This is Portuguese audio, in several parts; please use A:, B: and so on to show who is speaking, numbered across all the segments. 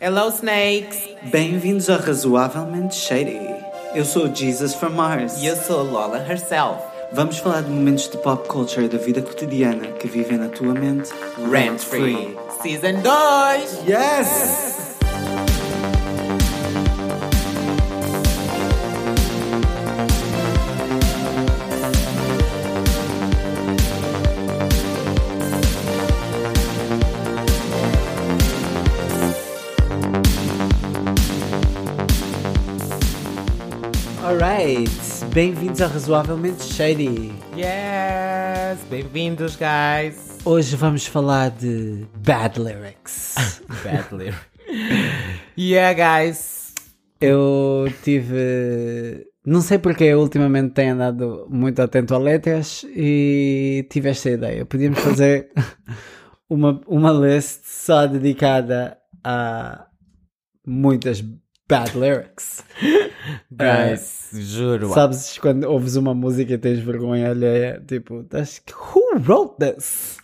A: Hello, Snakes!
B: Bem-vindos a Razoavelmente Shady. Eu sou Jesus from Mars.
A: E eu sou a Lola herself.
B: Vamos falar de momentos de pop culture e da vida cotidiana que vivem na tua mente
A: Rent Free Season 2!
B: Yes! Alright, bem-vindos a Razoavelmente Shady.
A: Yes! Bem-vindos, guys!
B: Hoje vamos falar de bad lyrics.
A: Badly. yeah, guys!
B: Eu tive. Não sei porque eu ultimamente tenho andado muito atento a letras e tive esta ideia. Podíamos fazer uma, uma list só dedicada a muitas bad lyrics.
C: É,
B: Ah,
A: Guys, juro.
B: Sabes quando ouves uma música e tens vergonha alheia? Tipo, estás. Who wrote this?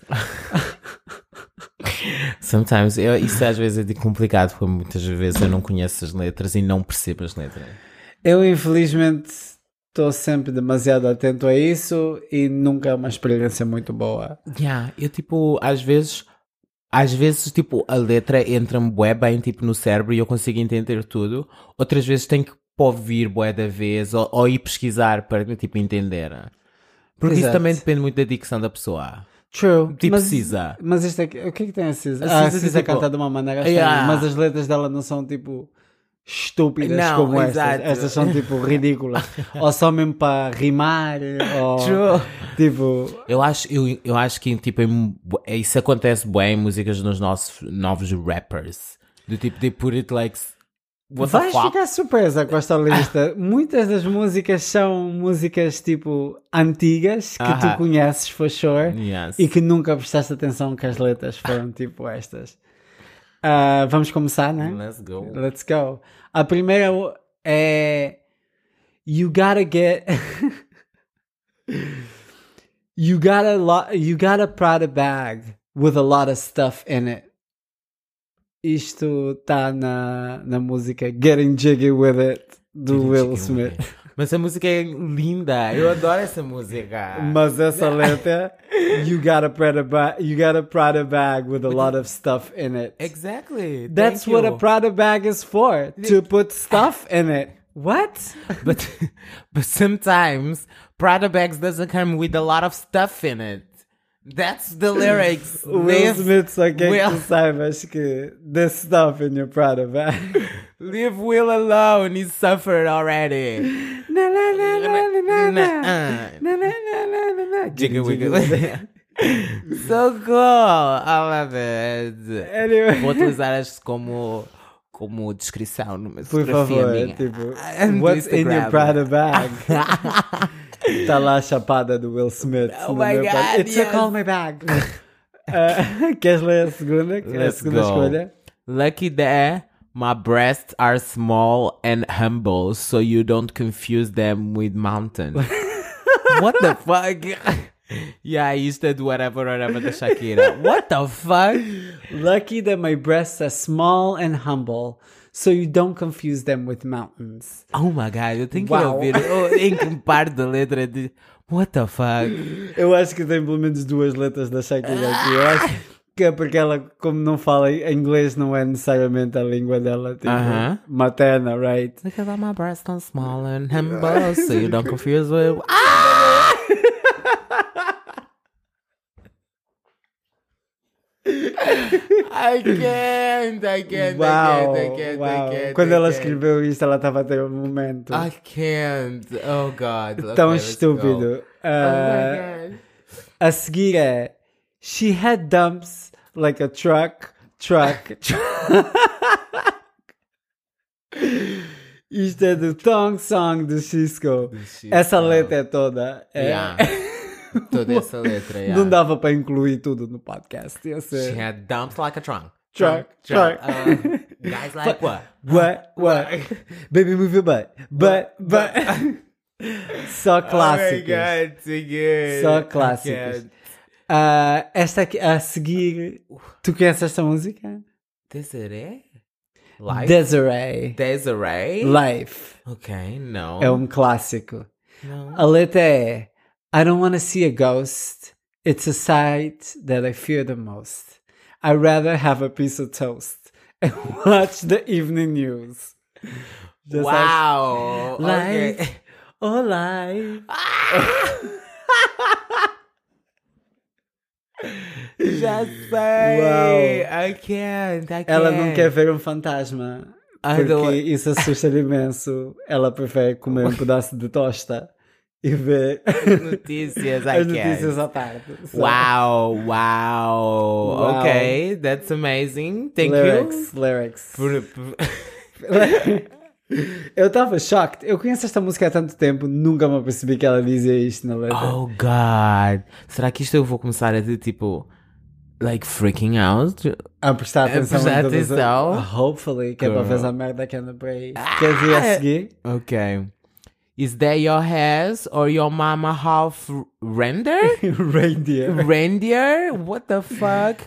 C: Sometimes, eu, isso às vezes é de complicado, porque muitas vezes eu não conheço as letras e não percebo as letras.
B: Eu infelizmente estou sempre demasiado atento a isso e nunca é uma experiência muito boa.
C: Yeah, eu tipo, às vezes, às vezes tipo, a letra entra-me bué bem tipo no cérebro e eu consigo entender tudo. Outras vezes tenho que ouvir bué da vez ou, ou ir pesquisar para tipo entender. Porque isso
B: Exato.
C: também depende muito da dicção da pessoa.
B: True.
C: Tipo,
B: mas,
C: Cisa.
B: Mas isto aqui, o que é que tem a Cisa?
C: A
B: Ah, a
C: Cisa,
B: Cisa
C: tipo,
B: canta de uma maneira estranha,
C: yeah.
B: mas as letras dela não são tipo estúpidas
C: Não,
B: como
C: exato.
B: estas. Estas são tipo ridículas. ou só mesmo para rimar, ou
C: True.
B: tipo.
C: Eu acho, eu, eu acho que tipo, em- isso acontece bem em músicas dos nossos novos rappers. Do tipo, they put it like. What the
B: Vais
C: fuck?
B: ficar surpresa com esta lista. Muitas das músicas são músicas tipo antigas que tu
C: Aham.
B: conheces for sure
C: Yes.
B: e que nunca prestaste atenção que as letras foram tipo estas. Ah, vamos começar, né?
C: Let's go.
B: Let's go. A primeira é You gotta get You gotta lo- you gotta Prada bag with a lot of stuff in it. Isto está na, na música Getting Jiggy With It do Will Smith.
C: Mas essa música é linda. Eu adoro essa música.
B: Mas essa letra You gotta Prada bag You gotta Prada bag with a lot of stuff in it.
C: Exactly.
B: That's
C: Thank
B: what
C: you.
B: a Prada bag is for. To put stuff in it. What?
C: But, but sometimes Prada bags doesn't come with a lot of stuff in it. That's the lyrics.
B: O Will
C: live,
B: Smith só quer que
C: Will-
B: tu saibas que this stuff in your Prada bag.
C: leave Will alone. He suffered already.
B: na, na, na, na, na, na.
C: Uh-uh.
B: Na, na, na, na, na, na.
C: Jigga wigga. so cool. I love it.
B: Anyway,
C: Vou utilizar as como, como descrição numa
B: por
C: fotografia
B: favor,
C: minha.
B: tipo,
C: Ah, no
B: what's in your
C: Instagram.
B: Prada bag? tipo. Está lá a chapada do Will Smith.
C: Oh
B: no
C: my
B: meu
C: God,
B: Prada. It took
C: yes.
B: all my bag. Ah, queres ler a segunda? Que é a
C: Let's
B: segunda
C: go.
B: escolha?
C: Lucky there, my breasts are small and humble, so you don't confuse them with mountain. what the fuck? yeah, I used to do whatever, whatever the Shakira. what the fuck?
B: Lucky that my breasts are small and humble, so you don't confuse them with mountains.
C: Oh my god, eu tenho
B: Wow.
C: que ir ouvir oh, em que par de letra de. What the fuck?
B: Eu acho que tem pelo menos duas letras da Shakira aqui. Eu
C: Ah!
B: acho que é porque ela, como não fala inglês, não é necessariamente a língua dela, tipo,
C: Aham.
B: materna, right?
C: Because all my breasts are small and humble, so you don't confuse with. Ah! I can't, I can't,
B: Uau,
C: I can't, I can't,
B: uau.
C: I can't.
B: Quando
C: I
B: ela
C: can't.
B: escreveu isto, ela estava a ter um momento
C: I can't, oh god. Okay,
B: tão
C: Ah, let's go.
B: estúpido.
C: Oh
B: Ah,
C: my god.
B: a seguir é She had dumps like a truck, truck, truck. Isto é do Tong Song do Cisco.
C: Cisco.
B: Essa letra é toda. É,
C: Yeah. Toda essa letra, yeah.
B: Não dava para incluir tudo no podcast. Ia
C: She
B: ser.
C: had dumps like a trunk.
B: Truck,
C: Trunk,
B: truck.
C: trunk. Uh, guys like what?
B: What, what? Baby, move your butt. But, but.
C: Oh
B: Só clássicos.
C: too good.
B: Só
C: I
B: clássicos.
C: can't.
B: Ah, esta aqui, a seguir. Tu conheces esta música?
C: Desiree? Life?
B: Desiree.
C: Desiree?
B: Life.
C: ok, não.
B: É um clássico.
C: Não.
B: A letra é I don't want to see a ghost. It's a sight that I fear the most. I'd rather have a piece of toast and watch the evening news. Just like,
C: Uau!
B: Life.
C: ok.
B: oh, life.
C: Já sei! I can't, I can't.
B: Ela não quer ver um fantasma.
C: É. I
B: Porque
C: don't-
B: isso assusta-lhe imenso. Ela prefere comer um pedaço de tosta e ver
C: Notícias, I
B: as
C: can't.
B: notícias à tarde. So,
C: Wow, wow,
B: Wow.
C: Okay, that's amazing. Thank
B: lyrics, lyrics.
C: you. Por- por-
B: Eu estava shocked. Eu conheço esta música há tanto tempo, nunca me apercebi que ela dizia isto na letra.
C: Oh God. Será que isto eu vou começar a dizer tipo. Like freaking out?
B: a prestar atenção.
C: é prestar
B: em todas as-
C: atenção. Uhum. Ah!
B: Hopefully, que é para
C: Girl.
B: fazer a merda que anda por aí. Queres ir a seguir?
C: Okay. Is that your hands or your mama half render?
B: Reindeer.
C: Reindeer? What the fuck?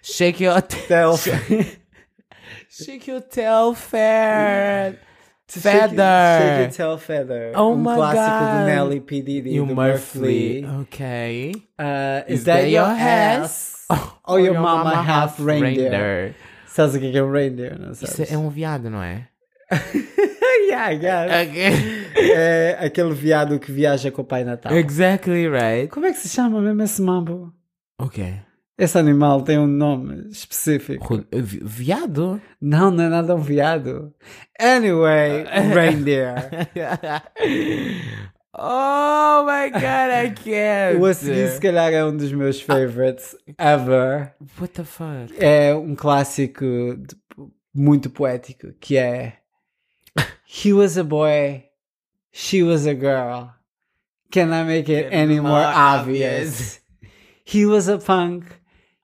C: Shake your
B: Tell-
C: shake your tail fair.
B: Shake it- Shake
C: Feather.
B: It Tell Feather.
C: Oh
B: um
C: my
B: clássico
C: God.
B: do Nelly P. Diddy.
C: You
B: do
C: Murphy.
B: Murph Lee.
C: Okay.
B: Uh, is, that, your ass? Or Oh, your mama, half reindeer? Sabes o que é que é um reindeer, não sabes?
C: Isso é um viado, não é?
B: yeah, yeah. É aquele viado que viaja com o Pai Natal.
C: exactly right.
B: Como é que se chama mesmo esse mambo?
C: Ok.
B: Esse animal tem um nome específico.
C: Ru- vi- Viado?
B: Não, não é nada um viado. Anyway, reindeer.
C: oh my god, I can't.
B: O a seguir, se calhar, é um dos meus favorites ever.
C: What the fuck?
B: É um clássico de- muito poético que é He was a boy, she was a girl. Can I make it any more,
C: more
B: obvious? He was a punk,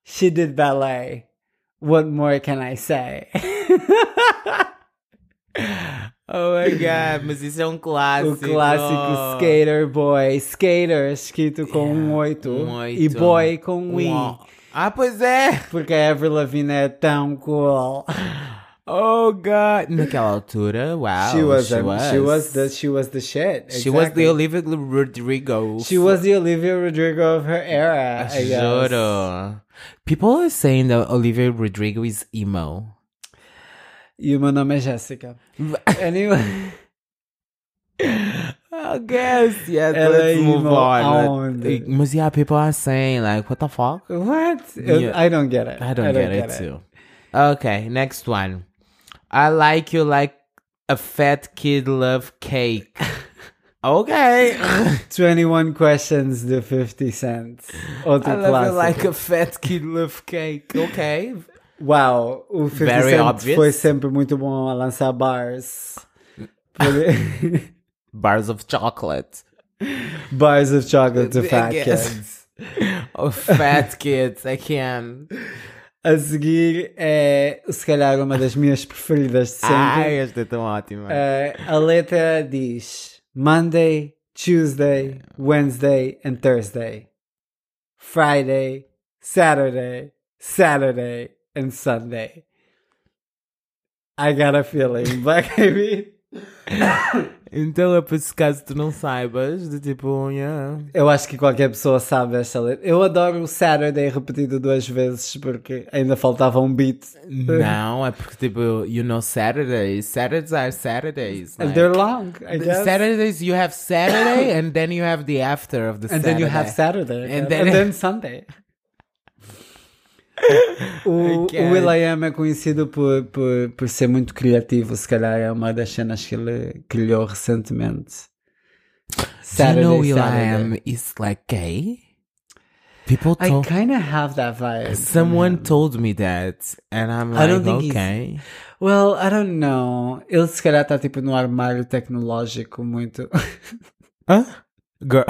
B: she did ballet. What more can I say?
C: Oh my god, mas isso é um
B: O
C: clássico.
B: clássico skater boy, skater escrito com um oito
C: um oito.
B: e boy com um i,
C: Uau. Ah, pois é.
B: porque a Avril Lavigne é tão cool.
C: Oh god. Naquela altura, wow.
B: she was, um, she was the she was the shit.
C: She was the
B: exactly.
C: Olivia Rodrigo.
B: She was the Olivia Rodrigo of her era. I guess.
C: Juro. People are saying that Olivia Rodrigo is emo.
B: E o meu nome é Jéssica. Anyway,
C: I guess, yes.
B: Ela
C: let's
B: é
C: move
B: emo
C: on.
B: aonde?
C: Mas yeah, people are saying like, what the fuck?
B: what? Eu-
C: Yeah.
B: I don't get it.
C: I don't, get, it, too. Okay, next one. I like you like a fat kid love cake. okay.
B: 21 questions de 50 Cent. Outro
C: I love you
B: clássico.
C: like a fat kid love cake. Okay.
B: Uau, o 50
C: Very
B: Cent
C: obvious.
B: foi sempre muito bom a lançar bars. Por- e-
C: Bars of chocolate.
B: bars of chocolate to
C: I
B: fat
C: guess.
B: kids.
C: Oh, fat kids. I can.
B: A seguir é, se calhar, uma das minhas preferidas de sempre.
C: Ai, esta é Ah, tão ótima.
B: Eh, a letra diz Monday, Tuesday, Wednesday and Thursday. Friday, Saturday, Saturday and Sunday. I got a feeling, Black Baby.
C: Então é por esse caso tu não saibas, de tipo, yeah.
B: Eu acho que qualquer pessoa sabe esta letra. Eu adoro o Saturday repetido duas vezes porque ainda faltava um beat.
C: Não, é porque tipo, you know Saturdays. Saturdays are Saturdays.
B: And
C: like-
B: they're long, I
C: The
B: guess.
C: Saturdays you have Saturday and then you have the after of the
B: And
C: Saturday.
B: then you have Saturday.
C: And
B: And
C: then-
B: then, Sunday. O,
C: Okay.
B: o Will.i.am é conhecido por, por, por ser muito criativo, se calhar é uma das cenas que ele criou recentemente.
C: Do you
B: Saturday,
C: know Will I
B: Saturday.
C: Am is like gay? People
B: I
C: told
B: kind of have that vibe.
C: someone told me that and I'm like
B: I don't think he's-
C: okay.
B: Well, I don't know. Ele se calhar está tipo no armário tecnológico muito.
C: Huh? Girl.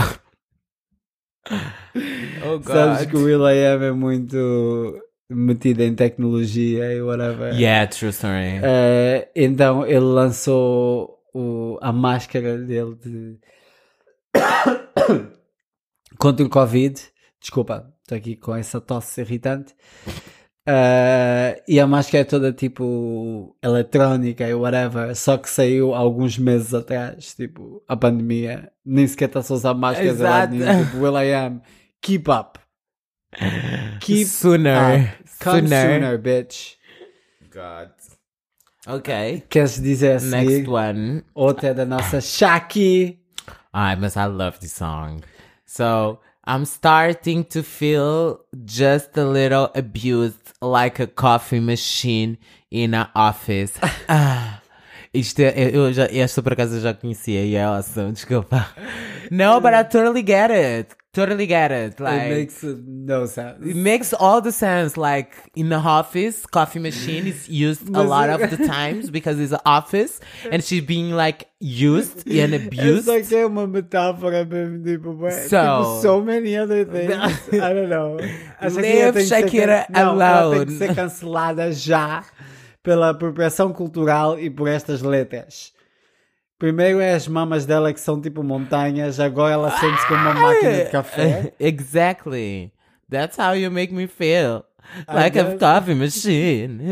C: oh
B: Sabes
C: god.
B: que o Will.i.am é muito metido em tecnologia e whatever.
C: Yeah, true story.
B: Eh, então ele lançou o- a máscara dele de... contra o Covid. Desculpa, estou aqui com essa tosse irritante. Eh, Ah, e a máscara é toda tipo eletrónica e whatever, só que saiu alguns meses atrás, tipo a pandemia, nem sequer está-se a usar máscaras, em lado
C: Exato.
B: nenhum, tipo Will I Am, keep up, keep
C: Sooner.
B: up, come sooner.
C: Sooner.
B: bitch.
A: God.
C: Ok.
B: Queres dizer a
C: Next
B: seguir?
C: one.
B: Outra da nossa Shaki.
C: I must I love this song. So I'm starting to feel just a little abused like a coffee machine in an office. Ah, Isto é, eu já, esta por acaso eu já conhecia e é awesome, desculpa. No, but I totally get it. Totally get it. Like,
B: It makes no sense.
C: it makes all the sense. Like in the office, coffee machine is used a lot of the times because it's an office, and she's being like used and abused.
B: Essa aqui é uma metáfora mesmo, tipo, ué,
C: So-
B: tipo, so many other things. I don't know. A
C: Leave
B: tem que ser
C: Shakira
B: can- não, ela tem que
C: alone.
B: ser cancelada já pela apropriação cultural e por estas letras. Primeiro é as mamas dela que são tipo montanhas, agora ela sente-se como uma máquina de café.
C: exactly. That's how you make me feel. Like a
B: guess-
C: coffee machine.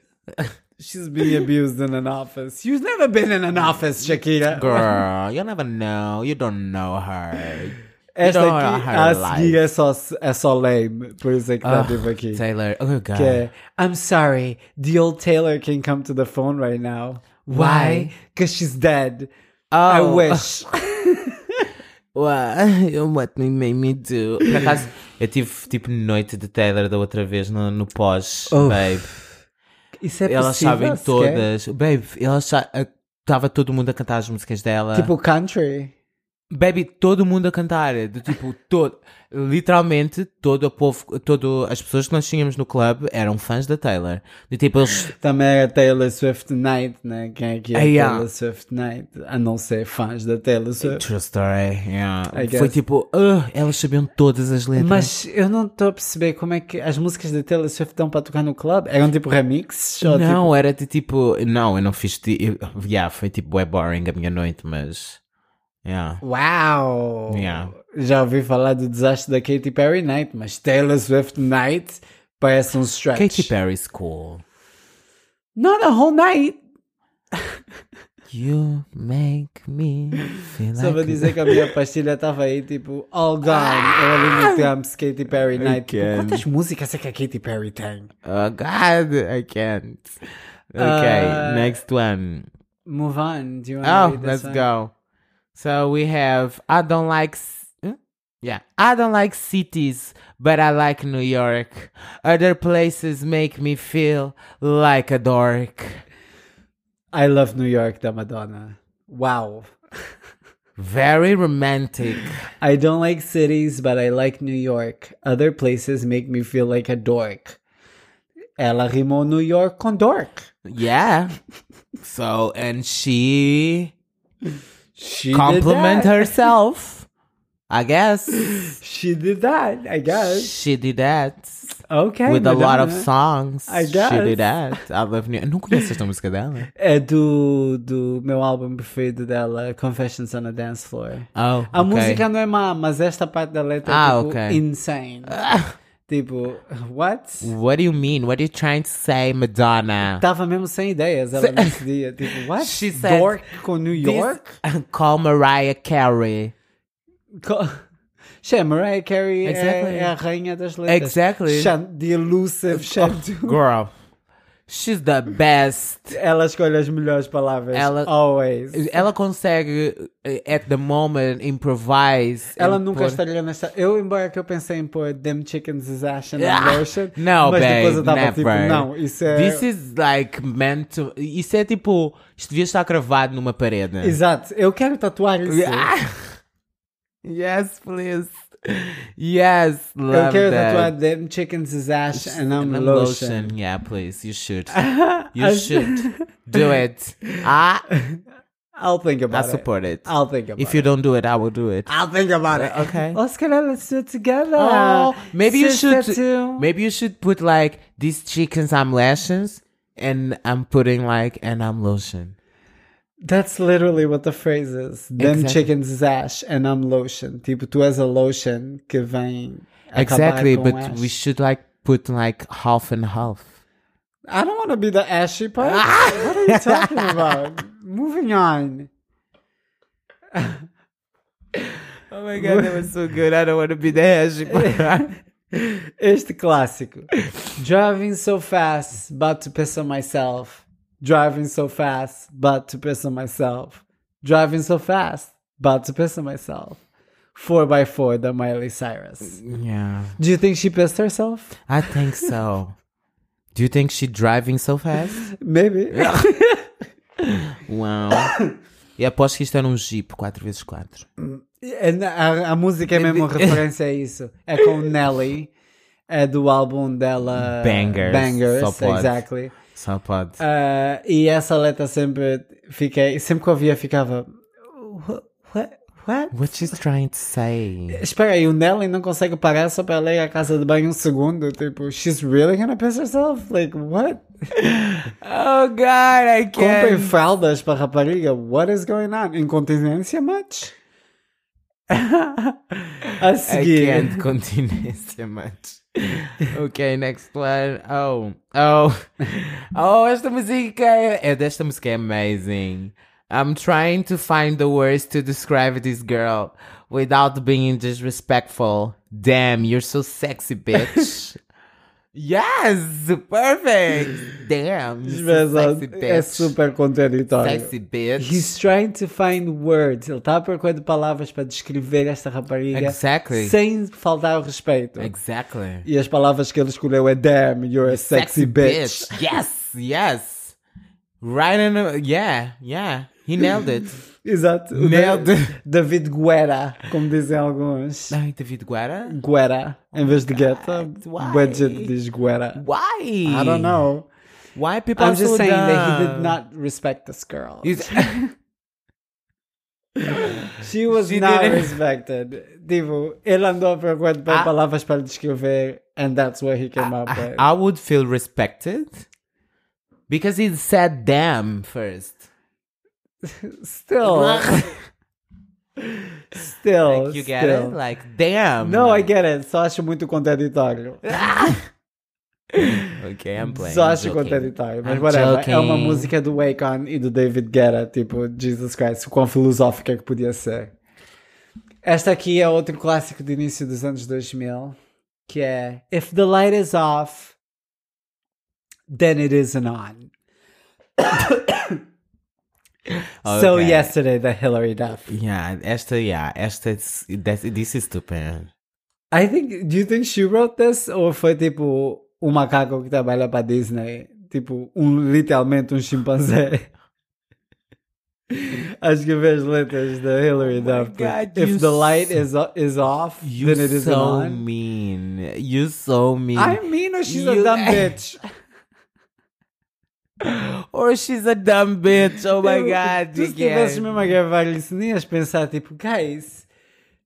B: She's being abused in an office. You've never been in an office, Shakira.
C: Girl, you never know. You don't know her.
B: Esta
C: You don't know
B: aqui,
C: her
B: a
C: life.
B: seguir é só, é só lame, por isso é que está tipo aqui.
C: Taylor. Oh, God.
B: que é, I'm sorry, the old Taylor can come to the phone right now.
C: Why?
B: Why? Because she's dead. I
C: Oh.
B: wish.
C: What, what me made me do? Por acaso, eu tive tipo noite de Taylor da outra vez no, no pós,
B: Oh.
C: babe.
B: Isso é
C: Elas
B: possível,
C: sabem
B: sequer?
C: todas. Babe, elas sa- Estava todo mundo a cantar as músicas dela.
B: Tipo country.
C: Baby, todo mundo a cantar, do tipo, todo, literalmente, todo o povo, todo, as pessoas que nós tínhamos no clube eram fãs da Taylor. Do tipo, eles,
B: Também era Taylor Swift Night, né? Quem é que é
C: Ah, yeah.
B: Taylor Swift Night? A não ser fãs da Taylor Swift.
C: true story, yeah.
B: Tá. I guess.
C: Foi tipo, "Ah, elas sabiam todas as letras.
B: Mas eu não estou a perceber como é que as músicas da Taylor Swift dão para tocar no club. Eram tipo remixes? Ou tipo...
C: não, era de tipo, não, eu não fiz, ti- eu, yeah, foi tipo, é boring a minha noite, mas, yeah.
B: Uau!
C: Yeah.
B: Já ouvi falar do desastre da Katy Perry Night, mas Taylor Swift Night parece um stretch.
C: Katy Perry School.
B: Not a whole night.
C: You make me feel
B: Só vou
C: like...
B: dizer que a minha pastilha estava aí, tipo, all gone. Eu ali
C: Ah!
B: no Trumps, Katy Perry Night. Tipo,
C: can.
B: quantas músicas é que a Katy Perry tem?
C: Oh God, I can't. Okay,
B: Uh,
C: next one.
B: Move on. Do you want
C: Oh, let's go. So we have I don't like s- hmm? yeah, I don't like cities, but I like New York. Other places make me feel like a dork.
B: I Love New York, da Madonna. Wow.
C: Very romantic.
B: I don't like cities, but I like New York. Other places make me feel like a dork. Ela rimou New York com dork.
C: yeah. So and she
B: She
C: compliment
B: did that.
C: herself. I guess
B: She did that, I guess.
C: she did that.
B: Okay. né?
C: With a lot of
B: Madonna.
C: songs.
B: I
C: She
B: guess.
C: did that. I love New Não conheço esta música dela.
B: É do, do meu álbum preferido dela, Confessions on a Dance Floor.
C: Oh,
B: A
C: ok.
B: música não é má, mas esta parte da letra é
C: Ah,
B: tipo
C: ok.
B: insane. tipo, what?
C: What do you mean? What are you trying to say, Madonna?
B: Tava mesmo sem ideias, ela nesse dia. Tipo, what?
C: She said
B: Dork com New York?
C: This- Call Mariah Carey.
B: Co- She, Mariah Carey é-
C: Exactly.
B: é, a rainha das letras.
C: Exactly.
B: Shan- the elusive Shandu.
C: Girl. She's the best.
B: Ela escolhe as melhores palavras.
C: Ela-
B: Always.
C: Ela consegue, eh, at the moment, improvise.
B: Ela
C: and
B: nunca
C: put-
B: estaria nessa. Eu, embora que eu pensei em pôr Them Chickens is Ash and
C: Ah,
B: Lotion.
C: Não,
B: mas
C: babe,
B: depois eu tava
C: never.
B: tipo, não, isso é.
C: This is like meant to... Isso é tipo... Isto devia estar cravado numa parede.
B: Exato, eu quero tatuar isso.
C: Ah, Yes, please. Yes,
B: eu
C: love
B: quero
C: that.
B: tatuar Them Chickens is Ash and I'm
C: And
B: Lotion.
C: Yeah, please. You should. You should. Do it. Ah! I,
B: I'll think
C: I
B: about it.
C: support it.
B: I'll think about
C: If
B: it.
C: you don't do it, I will do it.
B: I'll think about it.
C: Okay.
B: Oscar, let's do it together.
C: Oh, maybe you
B: Sister
C: should.
B: Two.
C: Maybe you should put like these chickens. I'm lashes, and I'm putting like, and I'm lotion.
B: That's literally what the phrase is. Them
C: Exactly.
B: Chickens is Ash and I'm Lotion. Tipo, tu és a lotion que vem. acabar
C: Exactly,
B: com
C: but
B: ash.
C: we should like put like half and half.
B: I don't want to be the ashy part.
C: Ah!
B: what are you talking about? Moving on.
C: Oh my god, that was so good. I don't want to be the ashy
B: Este clássico. Driving so fast, but to piss on myself. Driving so fast, but to piss on myself. Driving so fast, but to piss on myself. 4x4 da Miley Cyrus.
C: yeah,
B: Do you think she pissed herself?
C: I think so. Do you think she driving so fast?
B: Maybe.
C: Wow. E aposto que isto era um Jeep 4x4.
B: É, na- A, a música é mesmo referência a isso. É com Nelly, é do álbum dela
C: Bangers,
B: Bangers,
C: só pode.
B: exactly.
C: Só pode.
B: Ah, e essa letra sempre fiquei, sempre que eu ouvia ficava. "Wha- What? What?
C: What she's trying to say.
B: Espera aí, o Nelly não consegue parar só para ler a casa de banho um segundo. Tipo, she's really gonna piss herself? Like, what?
C: Oh god, I
B: Comprem fraldas para rapariga. What is going on? Incontinência, much? a
C: I
B: seguir.
C: can't continue so much. Ok, next one. Oh, oh, oh, esta música é, é desta música é amazing. I'm trying to find the words to describe this girl without being disrespectful. Damn, you're so sexy, bitch. yes, perfect. Damn, you're so
B: Exato.
C: sexy, bitch.
B: É super contraditório.
C: sexy, bitch.
B: He's trying to find words. Ele está à procura de palavras para descrever esta rapariga
C: Exactly.
B: sem faltar o respeito.
C: Exactly.
B: E as palavras que ele escolheu é Damn, you're a sexy, bitch.
C: Yes, yes. Right in the, yeah, yeah. He nailed it.
B: Exato. O
C: Meu
B: Da-
C: Deus.
B: David Guerra, como dizem alguns.
C: Ai, David Guerra?
B: Guerra. Em vez de um guetta,
C: why?
B: budget diz Guerra.
C: Why?
B: I don't know.
C: Why people
B: I'm
C: are
B: just
C: so
B: saying that he
C: dumb?
B: did not respect this girl.
C: Tá He's-
B: She was
C: She
B: not
C: didn't-
B: respected. Tipo, ele andou a procurar para
C: Ah.
B: palavras para descrever, and that's what he came up eh.
C: I,
B: with.
C: I would feel respected because he said damn first.
B: Still, Oh, still,
C: like you get
B: still.
C: it? Like damn.
B: No, I get it. Só acho muito contraditório.
C: Okay, I'm playing.
B: Só acho
C: joking.
B: contraditório. Mas
C: I'm
B: whatever. É uma
C: joking.
B: música do Wake On e do David Guetta. Tipo, Jesus Christ, o quão filosófica que podia ser. Esta aqui é outro clássico de início dos anos 2000. Que é If the light is off, then it isn't on. So
C: Okay.
B: yesterday, the Hillary Duff.
C: Yeah, esta, yeah, esta, is- that's, this is stupid.
B: I think, do you think she wrote this? Ou foi tipo um macaco que trabalha para Disney? Tipo, um, literalmente um chimpanzé. Acho que vês letras da Hillary Duff. tipo,
C: Oh God, you
B: If the light
C: so-
B: is, o- is off,
C: You
B: then it is
C: so
B: on.
C: mean. You so mean.
B: I mean, or she's a
C: You- Oh
B: dumb bitch.
C: Or Oh, she's a dumb bitch. Oh my god.
B: Tu se tivesses
C: Miguel.
B: mesmo a gravar isso, nem ias pensar, tipo, guys,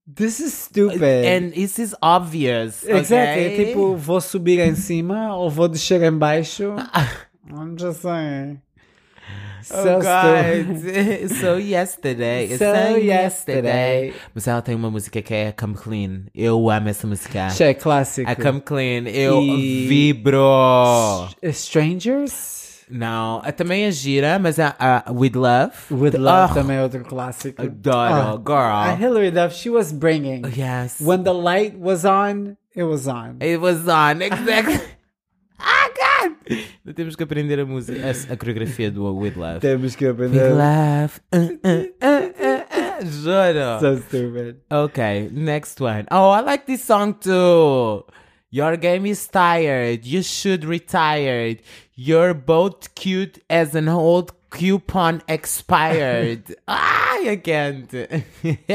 B: this is stupid.
C: And this is obvious.
B: Exato, é
C: okay?
B: tipo, vou subir em cima ou vou descer em baixo. I'm just saying.
C: Oh,
B: So stupid.
C: God. so yesterday.
B: So yesterday.
C: Mas ela tem uma música que é Come Clean. Eu amo essa música.
B: Isso é clássico.
C: A Oh. Come Clean. Eu
B: E-
C: vibro.
B: S- Strangers?
C: Não. eh, Também é gira, mas a, a With Love.
B: With Love
C: Oh,
B: também é outro clássico. Ah,
C: Adoro.
B: A
C: Girl.
B: Hillary Duff, she was bringing.
C: Yes.
B: When the light was on, it was on.
C: It was on, exactly. ah, God! Ainda temos que aprender a música, a, a coreografia do With Love.
B: Temos que
C: With
B: aprender.
C: Love. Uh, uh, uh, uh, uh, Juro.
B: So stupid.
C: Okay, next one. Oh, I like this song too. Your game is tired. You should retire. You're both cute as an old coupon expired. ah, I can't.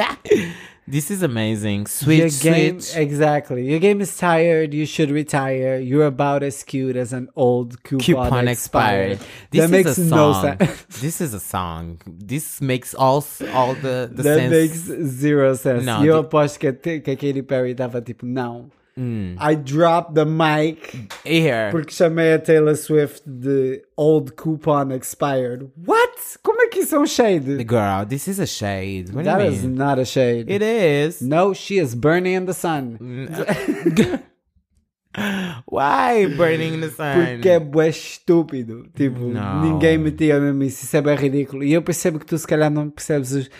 C: this is amazing. Switch,
B: Your game,
C: switch.
B: exactly. Your game is tired. You should retire. You're about as cute as an old coupon,
C: coupon
B: expired.
C: expired. This
B: that
C: is
B: makes
C: a
B: no
C: song.
B: sense.
C: this is a song. This makes all s- all the the
B: That
C: sense.
B: makes zero sense.
C: Não,
B: E eu
C: de-
B: aposto que a, Ti- que a Katy Perry tava tipo, não.
C: Hum.
B: I dropped the mic
C: here.
B: porque chamei a Taylor Swift de Old Coupon Expired. What? Como é que isso é um shade?
C: Girl, this is a shade. What
B: That
C: do you
B: is
C: mean?
B: not a shade.
C: It is.
B: No, she is burning in the sun.
C: Why burning the sign?
B: Porque é bué estúpido. Tipo,
C: Não.
B: ninguém metia mesmo isso. Isso é bem ridículo. E eu percebo que tu se calhar não percebes os-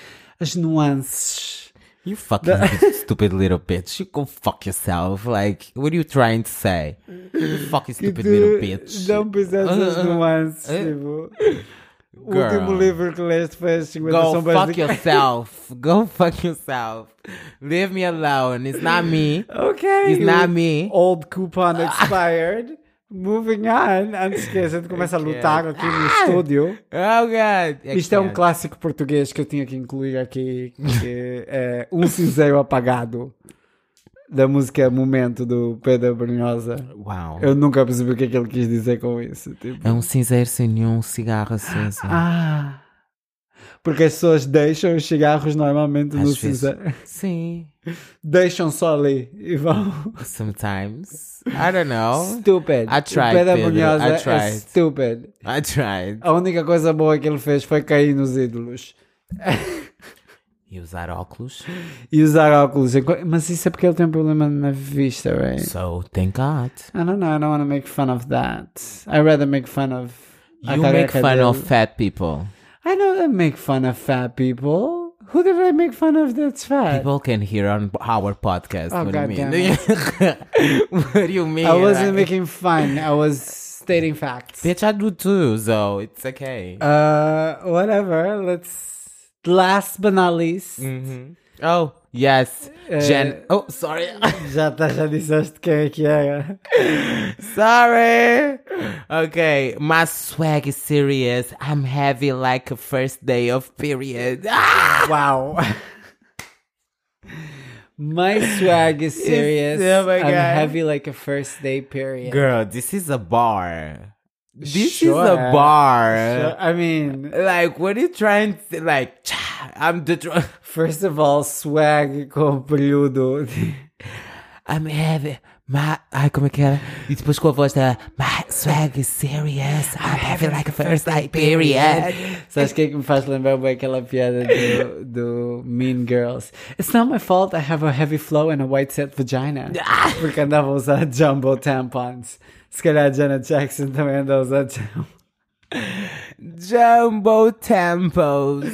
B: as nuances.
C: You fucking stupid little bitch. You go fuck yourself. Like, what are you trying to say? You fucking
B: Que
C: stupid
B: tu
C: little bitch.
B: Não percebes as
C: Ah, ah,
B: nuances.
C: ah.
B: tipo, o
C: Girl.
B: último livro que leste foi as 50
C: Go
B: sombras
C: fuck
B: de-
C: yourself. Go fuck yourself. Leave me alone. It's not me.
B: Ok.
C: It's not me.
B: Old coupon expired. Moving on. Antes que a
C: É
B: gente comece a lutar aqui no
C: Ah!
B: estúdio.
C: Oh god. I
B: Isto é um
C: can't.
B: clássico português que eu tinha que incluir aqui, que é Um Cinzeiro Apagado, da música Momento do Pedro Brunhosa.
C: Wow.
B: Eu nunca percebi o que é que ele quis dizer com isso. Tipo,
C: É um cinzeiro sem nenhum cigarro aceso.
B: ah, porque as pessoas deixam os cigarros normalmente no
C: Às vezes.
B: cinzeiro.
C: Sim.
B: Deixam só ali e vão.
C: Sometimes. I don't know.
B: Stupid.
C: Oh. I tried,
B: o Pedro
C: Pedro,
B: Brunhosa
C: I
B: é
C: tried.
B: stupid.
C: I tried.
B: A única coisa boa que ele fez foi cair nos ídolos.
C: E usar óculos.
B: E usar óculos. Mas isso é porque ele tem um problema na vista, right?
C: So, thank God.
B: I don't know. I don't want to make fun of that. I rather make fun of. a
C: You make
B: careca
C: fun
B: dele.
C: of fat people.
B: I don't make fun of fat people. Who did I make fun of that's fat?
C: People can hear on our podcast.
B: Oh,
C: what do you
B: goddamn
C: mean? what do you mean?
B: I wasn't
C: Like,
B: making fun. I was stating facts.
C: Bitch, I do too, so it's okay.
B: Uh, whatever. Let's. Last but not least.
C: Mm. Oh, yes.
B: Uh,
C: Jen. Oh, sorry.
B: Já, tá, já disseste quem é que era.
C: sorry. Okay, my swag is serious. I'm heavy like a first day of period. Ah!
B: Wow. My swag is serious.
C: oh my
B: I'm
C: God.
B: heavy like a first day period.
C: Girl, this is a bar. This is
B: Sure.
C: a bar.
B: So, I mean,
C: Like, what are you trying to Like, cha, I'm the. Dr-
B: First of all, swag com peludo.
C: I'm heavy. My, ai, como é que era? E depois com a voz da My swag is serious. I'm heavy like a first night period.
B: Sabes o que é que me faz lembrar bem aquela piada do, do Mean Girls? It's not my fault I have a heavy flow and a white set vagina.
C: Ah!
B: Porque andava a usar jumbo tampons. Se calhar a Janet Jackson também anda a usar jumbo.
C: Jumbo tempos.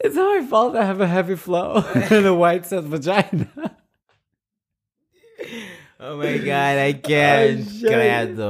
B: It's not my fault I have a heavy flow and a white set vagina.
C: Oh my god, I can't.
B: Ai, gente.
C: Credo.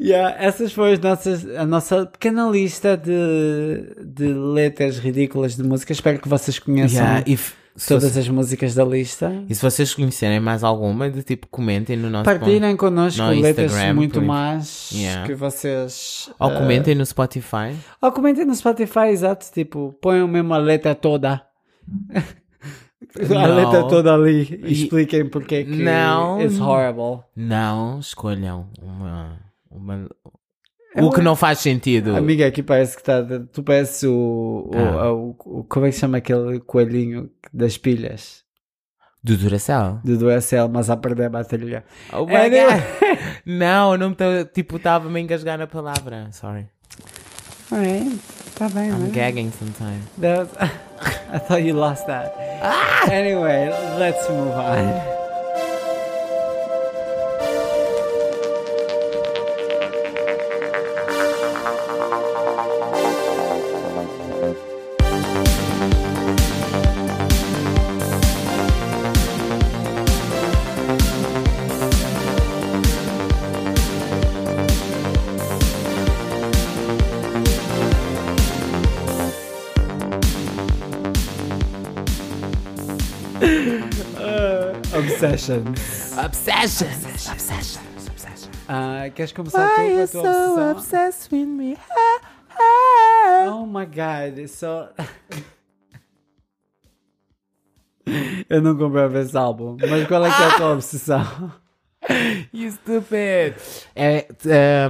B: Yeah, essas foram as nossas, a nossa pequena lista de, de letras ridículas de música. Espero que vocês conheçam
C: Yeah, if, se,
B: todas as músicas da lista.
C: e se vocês conhecerem mais alguma, do tipo, comentem no nosso.
B: Partilhem connosco
C: no
B: letras
C: Instagram,
B: muito
C: por inf-
B: mais
C: Yeah.
B: que vocês.
C: Ou
B: eh,
C: comentem no Spotify.
B: ou comentem no Spotify, exato. Tipo, ponham mesmo a letra toda. a
C: Não.
B: letra toda ali. E
C: E-
B: expliquem porque é que
C: Não.
B: it's horrible.
C: Não escolham uma. uma o que não faz sentido.
B: Amiga, aqui parece que está. Tu pareces o, o,
C: Ah.
B: o- o- Como é que chama aquele coelhinho das pilhas?
C: Do Duracell.
B: Do Duracell, mas a perder a bateria.
C: Oh my
B: Anyway.
C: god. Não, eu não tô, tipo, estava me engasgar na palavra. Sorry.
B: Alright, tá bem,
C: I'm
B: né?
C: gagging sometimes.
B: That was- I thought you lost that.
C: Ah!
B: Anyway, let's move on. Obsession.
C: Obsession. Obsession. Obsession.
B: Ah, queres começar tu
C: Tá
B: com a tua obsessão?
C: obsessed with me?
B: Oh my god, so. Eu não comprei esse álbum, mas qual é que é a tua obsessão?
C: You stupid. É,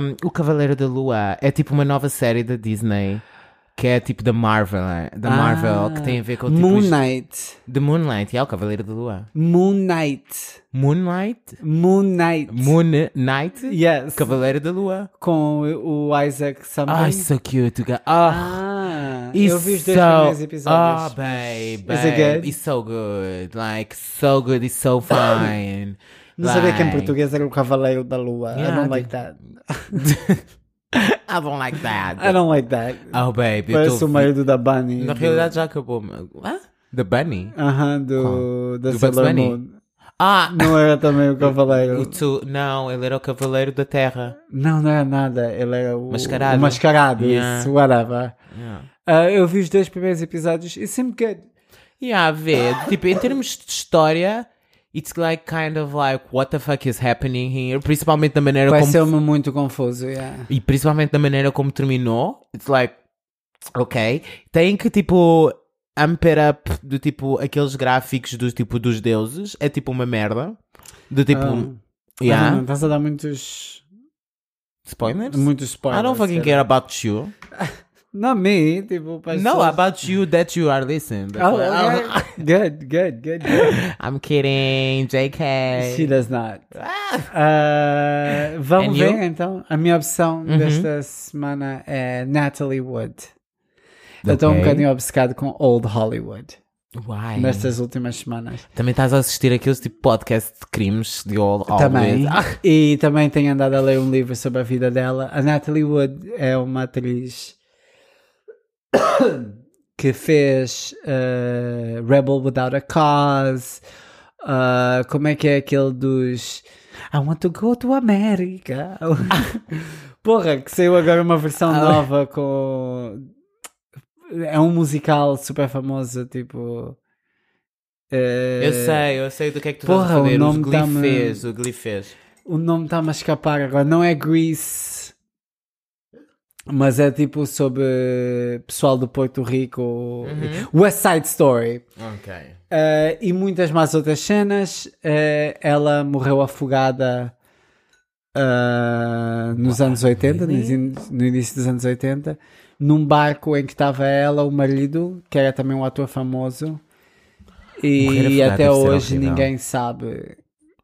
C: um, o Cavaleiro da Lua é tipo uma nova série da Disney. Que é tipo da Marvel, né? da Marvel, que tem a ver com tipo
B: Ah. Moon
C: os-
B: Knight.
C: The Moonlight, é o Cavaleiro da Lua.
B: Moon Knight.
C: Moonlight?
B: Moon Knight.
C: Moon Knight?
B: Yes.
C: Cavaleiro da Lua.
B: Com o o Isaac something.
C: Ai, so cute. o ga- Ah,
B: ah,
C: It's
B: eu vi os dois
C: so,
B: primeiros
C: Oh,
B: episódios.
C: babe,
B: Is it
C: babe,
B: good?
C: It's so good. Like, so good. It's so fine.
B: Não sabia que é em
C: Like-
B: português era o Cavaleiro da Lua. I
C: Yeah,
B: don't
C: I
B: like that.
C: I don't like that.
B: I don't like that.
C: Oh, baby.
B: Parece
C: tô-
B: o marido da Bunny.
C: Na
B: do-
C: realidade já acabou. meu. Hã? The Bunny?
B: Aham, do, da
C: Ah. Do Bugs
B: Sailor
C: Bunny?
B: Moon.
C: Ah!
B: Não era também o Cavaleiro.
C: O tu, não, ele era o Cavaleiro da Terra.
B: Não, não era nada. Ele era o
C: Mascarado.
B: o mascarado
C: Yeah.
B: isso, whatever.
C: Yeah.
B: Ah, eu vi os dois primeiros episódios e sempre que.
C: E há a ver, tipo, em termos de história, it's like kind of like what the fuck is happening here? Principalmente da maneira como.
B: Pareceu-me muito confuso. yeah.
C: E principalmente da maneira como terminou. It's like. Ok. Tem que tipo. Amp it up do tipo aqueles gráficos do tipo dos deuses. É tipo uma merda. Do tipo.
B: Ah,
C: yeah.
B: não, Estás a dar muitos.
C: Spoilers?
B: Muitos spoilers.
C: I don't fucking
B: cara.
C: care about you.
B: Not me, tipo, para as
C: No,
B: pessoas.
C: about you that you are listening.
B: Oh, okay. good, good, good. good.
C: "Ah, I'm kidding, JK.
B: She does not. Ah, vamos
C: And
B: ver
C: you? Uhum.
B: então. A minha opção desta semana é Natalie Wood. Eu estou um
C: Ok.
B: bocadinho obcecado com Old Hollywood
C: Why?
B: nestas últimas semanas.
C: Também estás a assistir aqueles tipo podcast de crimes de old always.
B: Também.
C: Ah,
B: E também tenho andado a ler um livro sobre a vida dela. A Natalie Wood é uma atriz que fez eh, Rebel Without a Cause. ah, como é que é aquele dos I want to go to America? Ah. Porra, que saiu agora uma versão nova com. É um musical super famoso, tipo. eh,
C: Eu sei, eu sei do que é que tu
B: Porra,
C: estás a
B: o
C: fazer.
B: nome
C: O Glee
B: tá-me-
C: fez, o Glee fez.
B: O nome está-me a escapar agora. Não é Grease, mas é tipo sobre pessoal do Porto Rico.
C: Uhum.
B: West Side Story.
C: Ok.
B: Eh, e muitas mais outras cenas. Eh, ela morreu afogada eh, nos anos 80, nos in- no início dos anos 80, num barco em que estava ela, o marido, que era também um ator famoso.
C: Morrer
B: E
C: afogado
B: até
C: deve ser
B: hoje
C: horrível.
B: ninguém sabe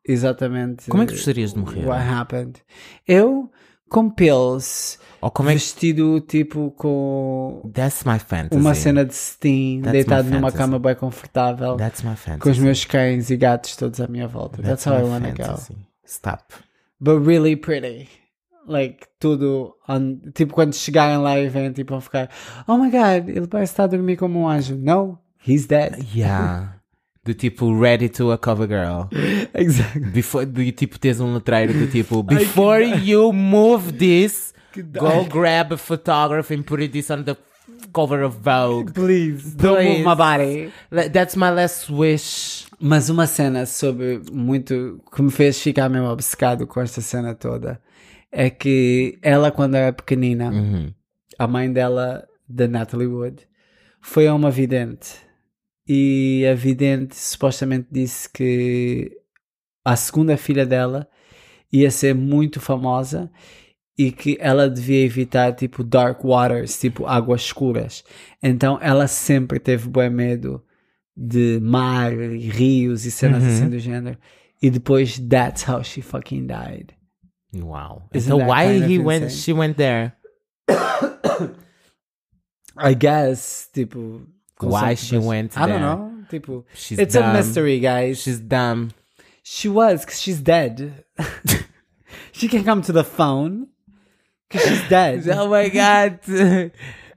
B: exatamente
C: Como é que gostarias de morrer?
B: what happened. Eu com pills,
C: Ou como é que.
B: vestido tipo com
C: That's my fantasy.
B: uma cena de steam,
C: That's
B: deitado
C: my
B: numa
C: fantasy.
B: cama bem confortável,
C: That's my
B: com os
C: fantasy.
B: meus cães e gatos todos à minha volta. That's, how I
C: my
B: wanna go.
C: fantasy. Stop.
B: But really pretty. Like, tudo. on- tipo, quando chegarem lá e vêm, tipo, vão ficar: Oh my god, ele parece estar a dormir como um anjo. No, he's dead.
C: Yeah. Do tipo ready to a cover girl.
B: Exactly.
C: Before, do tipo tens um letreiro do tipo Before you move this, go grab a photograph and put this on the cover of Vogue.
B: Please, don't move
C: Please.
B: my body.
C: Le- That's my last wish.
B: Mas uma cena sobre muito que me fez ficar meio obcecado com esta cena toda é que ela, quando era pequenina, a mãe dela, da Natalie Wood, foi a uma vidente e a vidente supostamente disse que a segunda filha dela ia ser muito famosa e que ela devia evitar tipo dark waters, tipo águas escuras. Então ela sempre teve bom medo de mar e rios e cenas assim do género. E depois that's how she fucking died.
C: Wow.
B: Isn't
C: so
B: that
C: Então, why
B: kind of
C: he went?
B: insane?
C: She went there.
B: I guess, tipo,
C: Why
B: conceito
C: she
B: desse-
C: went
B: I don't
C: there.
B: know, tipo,
C: She's
B: it's a
C: dumb.
B: mystery, guys.
C: She's dumb.
B: She was, 'cause she's dead. she can come to the phone, 'cause she's dead.
C: Oh my god.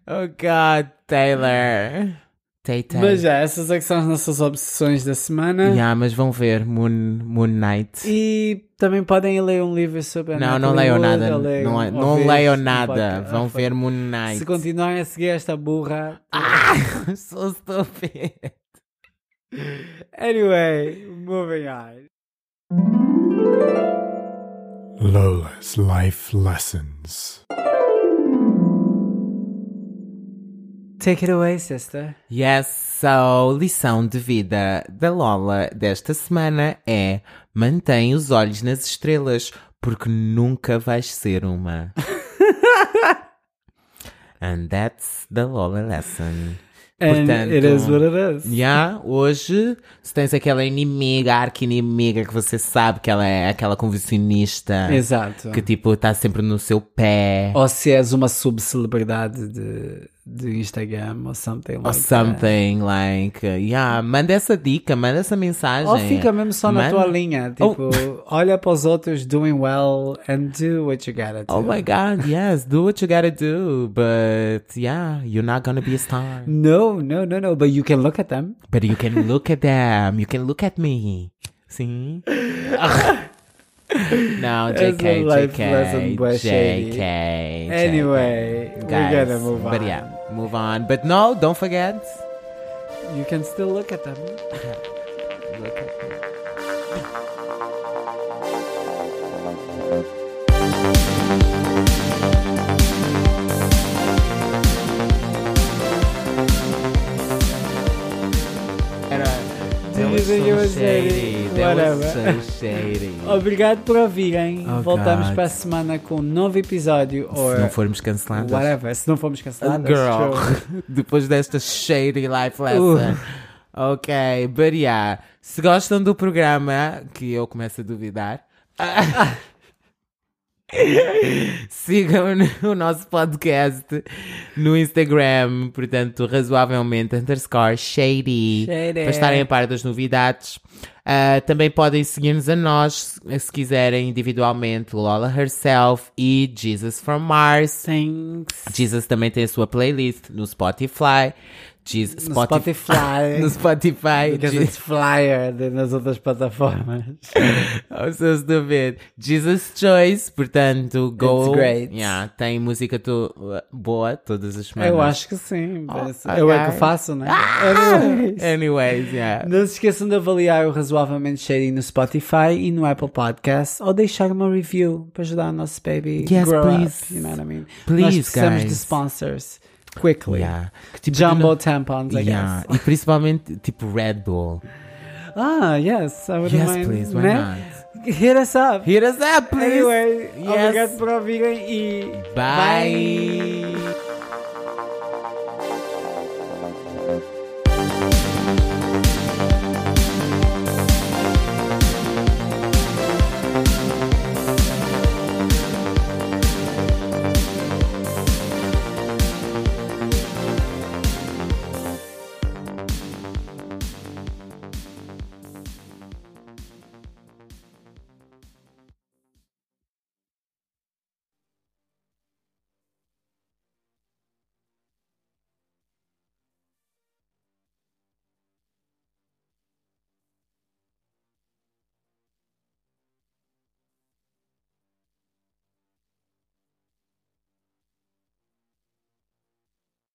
C: oh god, Taylor. Tay Tay.
B: Mas já, essas é que são as nossas obsessões da semana.
C: Yeah, mas vão ver Moon, Moon Knight.
B: E também podem ler um livro sobre a
C: Não, não
B: Natalie
C: leiam
B: Wood,
C: nada.
B: ou leiam-
C: Não, é,
B: ou
C: não
B: vejam
C: leiam
B: um
C: nada.
B: podcast.
C: Vão ver Moon Knight.
B: Se continuarem a seguir esta burra.
C: Ah, sou estúpido.
B: Anyway, moving on.
D: Lola's Life Lessons.
B: Take it away, sister.
C: Yes, so lição de vida da Lola desta semana é mantém os olhos nas estrelas, porque nunca vais ser uma. And that's the Lola lesson.
B: And it is what it is.
C: Yeah, hoje, se tens aquela inimiga, arqui-inimiga que você sabe que ela é aquela convencionista tá
B: Exato.
C: que tipo está sempre no seu pé.
B: Ou se és uma subcelebridade de, do Instagram ou something
C: Or
B: like uh, that.
C: something like, uh, yeah, manda essa dica, manda essa mensagem.
B: Ou fica mesmo só na
C: Man- Oh.
B: tua linha, tipo, olha para os outros doing well and do what you gotta do.
C: Oh my god, yes, do what you gotta do, but yeah, you're not gonna be a star.
B: No, no, no, no, but you can look at them.
C: But you can look at them, you can look at me. Sim. no,
B: That's a
C: JK,
B: life lesson,
C: JK,
B: but shady.
C: JK.
B: Anyway, we
C: guys,
B: gotta move on.
C: But yeah, move on. But no, don't forget.
B: You can still look at them.
C: Look at me.
B: Do uh, you think it was shady?
C: That was
B: Whatever. Oh,
C: so shady.
B: Obrigado por ouvirem.
C: Oh,
B: Voltamos
C: God.
B: para a semana com um novo episódio. Or
C: Se não formos cancelados.
B: whatever. Se não formos cancelados.
C: Girl.
B: true.
C: Depois desta shady life lesson. Ok, but yeah. Se gostam do programa, que eu começo a duvidar, ah, sigam o nosso podcast no Instagram, portanto, razoavelmente underscore shady,
B: Shady.
C: para estarem a par das novidades. Ah, também podem seguir-nos a nós, se quiserem, individualmente, Lola Herself e Jesus from Mars.
B: Thanks.
C: Jesus também tem a sua playlist no Spotify. Jesus,
B: No
C: Spotify.
B: Spotify. é
C: No Spotify.
B: Because
C: Je-
B: it's flyer de- nas outras plataformas.
C: Oh, so stupid. Jesus Choice, portanto, go.
B: It's great.
C: Yeah, tem música to... boa todas as semanas.
B: Eu acho que sim. parece-
C: Oh, ok. Ah!
B: Eu é que faço, né? Anyways.
C: Anyways, yeah.
B: Não se esqueçam de avaliar o Razoavelmente Shady no Spotify e no Apple Podcasts ou deixar uma review para ajudar o nosso baby
C: Yes,
B: grow up.
C: please.
B: You know what I mean? Nós
C: Please,
B: precisamos de
C: guys.
B: sponsors. Quickly.
C: Yeah. Que tipo de
B: Jumbo
C: no-
B: tampons, I
C: Yeah.
B: guess.
C: E principalmente, tipo, Red Bull.
B: Ah, yes. I wouldn't
C: Yes,
B: mind.
C: please, why
B: né? Hit us up.
C: Hit us up, please.
B: Anyway, oh
C: Yes.
B: obrigado por ouvirem e...
C: Bye.